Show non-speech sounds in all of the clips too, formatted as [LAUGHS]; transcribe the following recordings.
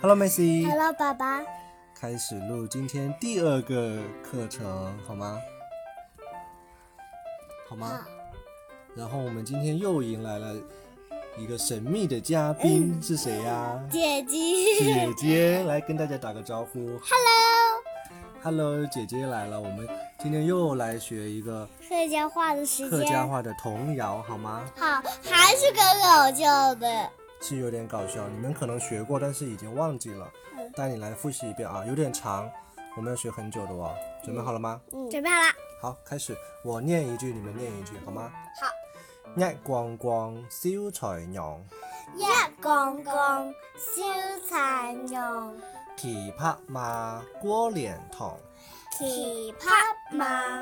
Hello Macy， Hello，爸爸，开始录今天第二个课程，好吗？好吗？然后我们今天又迎来了一个神秘的嘉宾，是谁呀、姐姐姐姐来跟大家打个招呼。Hello，Hello，姐姐来了，我们今天又来学一个 [LAUGHS] 客家话的时客家间，话的童谣，好吗？好，还是跟搞笑的，是有点搞笑，你们可能学过，但是已经忘记了。带你来复习一遍啊，有点长，我们要学很久的哦。准备好了吗？嗯，准备好了，好，开始，我念一句，你们念一句，好吗？好。一逛逛烧柴娘，一公公烧柴用，琵琶马过莲塘，琵琶马，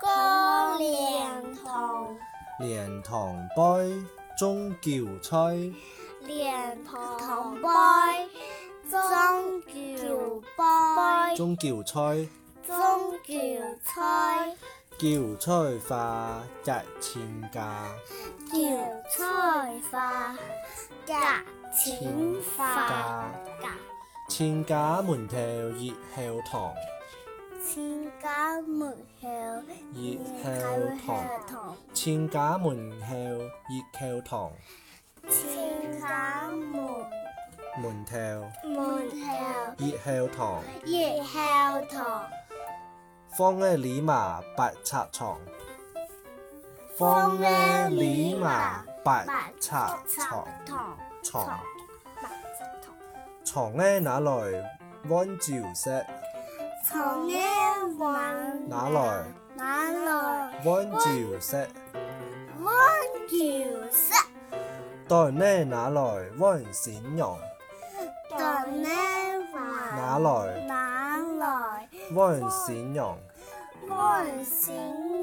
歌莲童，莲塘杯中叫吹，莲童杯，中橋杯，中叫吹，中橋吹。叫吹花一千家，叫菜花，夾錢花，家夾千家門頭熱後堂，千家門口，熱開後堂，堂，千家門口熱後堂，千家門門頭門口，熱後堂。熱後堂，方嘅里麻白刷床，方嘅嘅里里麻麻白白刷茶床堂，床白茶堂，床呢哪來安照石，從呢揾哪來哪來安照石，安橋式？袋呢哪來安閃羊，從呢哪揾來哪來？安閃羊，安閃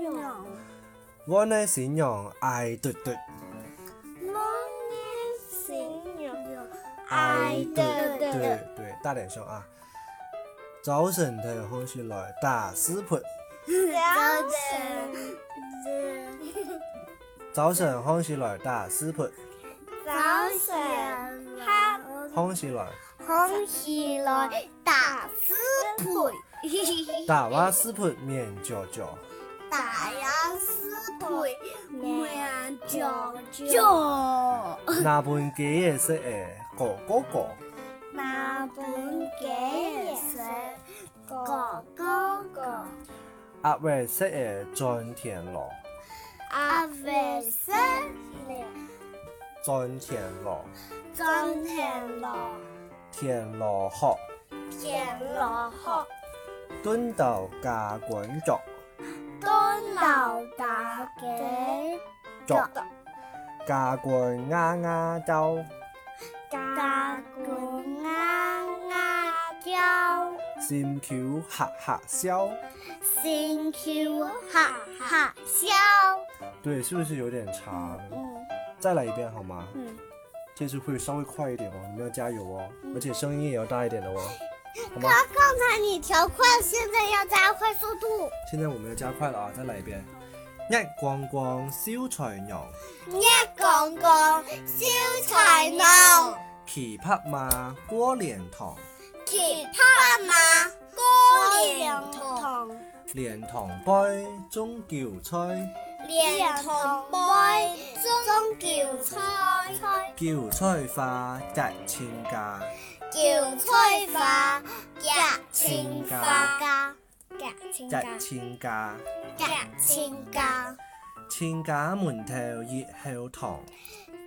容，安呢閃羊嗌嘟嘟，安閃容，嗌愛嘟的嘟，的對，大點聲啊！早晨太空雪來打濕潑，早晨的早晨空雪來打濕潑，早晨哈，空雪來空起來打斯培，打哇濕潑面嚼嚼。打呀斯培，面叫叫，那本幾嘢色誒，哥哥哥，那本幾也是哥哥哥。阿位色誒轉田螺，阿肥生了轉田螺，真田螺，田螺殼，田螺殼，蹲豆架滾作，端樓打嘅作架滾啱啱兜，打管啱啱叫，閃橋嚇嚇笑。線橋哈哈笑。對，是不是有點長？嗯再來一遍好嗎？嗯，這次會稍微快一點哦，你們要加油哦，而且聲音也要大一點的哦，好嗎？刚才你调快，现在要加快速度。現在我們要加快了啊，再來一遍。一逛逛燒柴牛，一講講燒柴牛，琵琶馬過蓮塘。琵琶馬，歌連堂。蓮塘杯中叫吹，莲塘杯，中叫猜，叫吹花一千家。叫催化，夾千家，夾千一千家，夾千家，千家門頭熱後堂，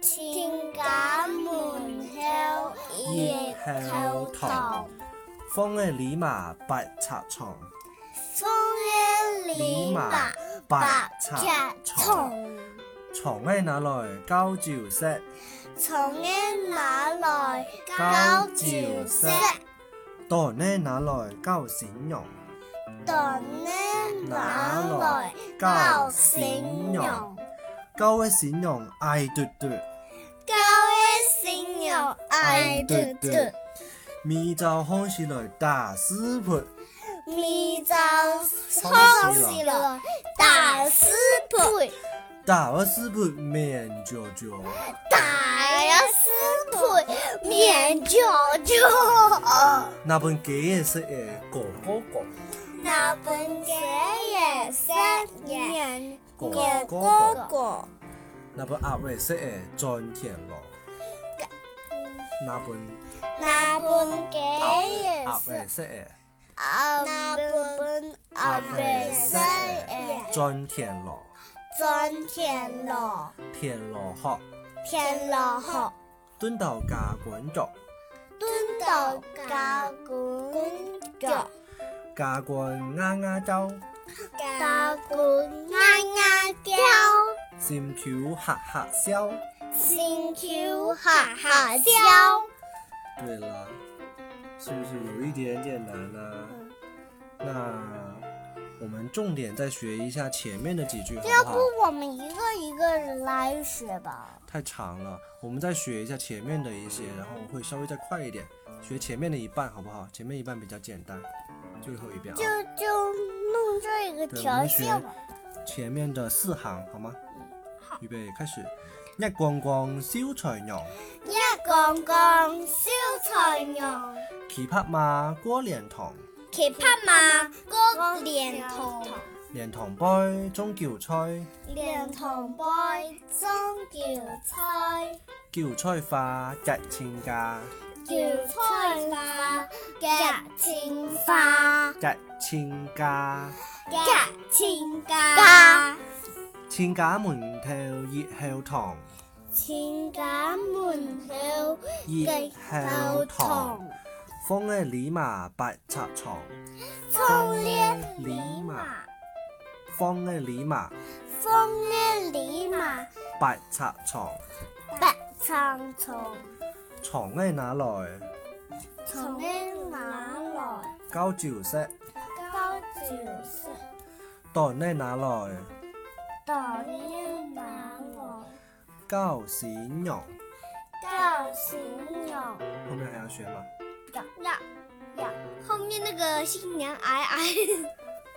千家門口熱後堂，方嘅里麻白刷床，風起里麻白甲蟲，床喺哪來交照石，蟲起哪來交照色？當呢哪來交閃容，蛋呢哪來交閃容？交嘅閃容嗌嘟嘟，高一心有爱的的，咪就開始來打濕潑。你早操死了，打死腿，打咗師傅命做做，打呀死腿，面舅舅，那本格也是诶，狗狗狗，那本爷爷是爷面狗面狗哥狗，哥，那本鸭也是诶，张天乐，那本那本爷爷鸭是也是诶，阿那本阿贝白塞色耶，的张天乐，张天乐，天乐学，天乐學蹲到架滾軸，敦道教官腳，架棍啱啱周，教官啱啱叫，扇橋嚇嚇燒。先叫下下笑。对啦，是不是有一点点难呢、那我们重点再学一下前面的几句，好要不不好？我们一个一个来学吧？太长了，我们再学一下前面的一些，然后会稍微再快一点，学前面的一半，好不好？前面一半比较简单，最后一遍啊就，就弄这个对条线吧。前面的四行好吗？预备开始，一逛逛小長羊，一杠杠烧菜蓉，奇匹馬過蓮塘，骑匹马過蓮塘，蓮塘杯中叫吹，蓮塘杯中叫菜，叫吹花日千家。叫菜花夾千花，日千家，夾千家。千家門頭熱後堂，千家門口熱後堂，風嘅里麻白插床，風呢里麻，風嘅里麻風呢里麻，白插床，白撐蟲，床嘅哪來從呢哪來？交照色，高照色，當呢哪來當呢哪來？交閃羊，高新娘，後面還要學嗎？呀呀呀！後面那個新娘矮矮，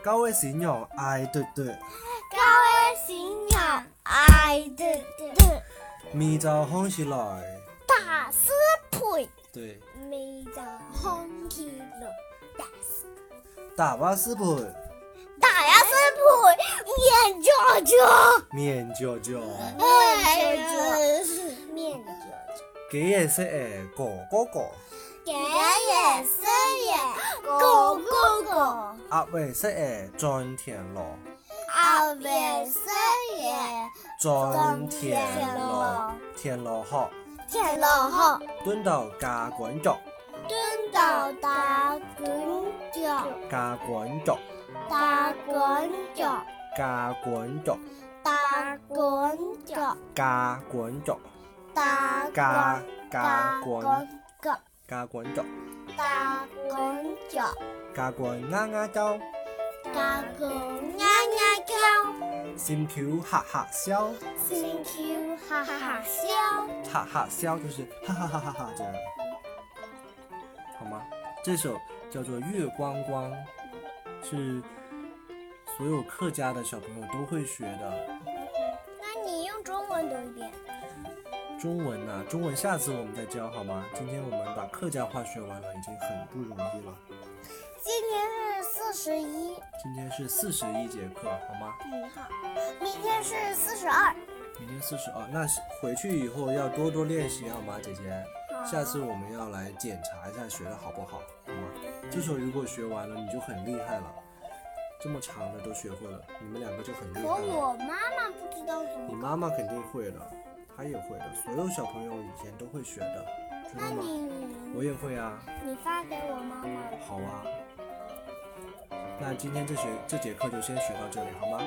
交嘅閃羊嗌嘟嘟，高的新娘矮的的，咪就看起來，大師陪。對，味就空气了。大巴師傅大家是陪面罩罩，面嚼嚼，面罩罩，面罩罩。幾嘢色嘅哥哥哥，爷爷是爷，公公公，鴨嘅色嘅張呃田螺。阿爷是爷，張田螺，田螺殼天老好，蹲到架滾軸，蹲到打滚脚，架滾軸，打滚脚，架滾軸，打滚脚，架滾軸，打架打架滾滚脚，架滾軸，打滚脚。架滾啱啱兜，大狗呀呀叫，扇橋哈哈笑，心情哈哈笑。哈哈笑就是哈哈哈哈哈这样，好吗？这首叫做《月光光》，是所有客家的小朋友都会学的。那你用中文读一遍。中文呐、中文下次我们再教好吗？今天我们把客家话学完了，已经很不容易了。今天是四十一，今天是四十一节课，好吗？嗯好，明天是四十二。明天四十二，那是回去以后要多多练习，好吗，姐姐？下次我们要来检查一下学的好不好，好吗？这首如果学完了，你就很厉害了。这么长的都学会了，你们两个就很厉害可了。我妈妈不知道怎你么。妈妈肯定会的，她也会的，所有小朋友以前都会学的，知那道吗？你我也会啊。你发给我妈妈。好啊，那今天这学这节课就先学到这里，好吗？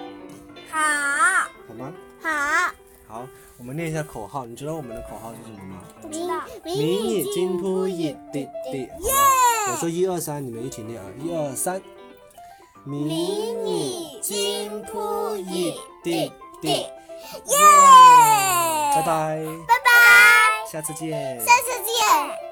好，好吗？好，好，我们念一下口号，你知道我们的口号是什么吗？不知道。迷你金铺一滴滴。好吗我说一二三，你们一起念啊，一二三。迷你金铺一滴滴，耶！拜拜，拜拜，下次见。下次见。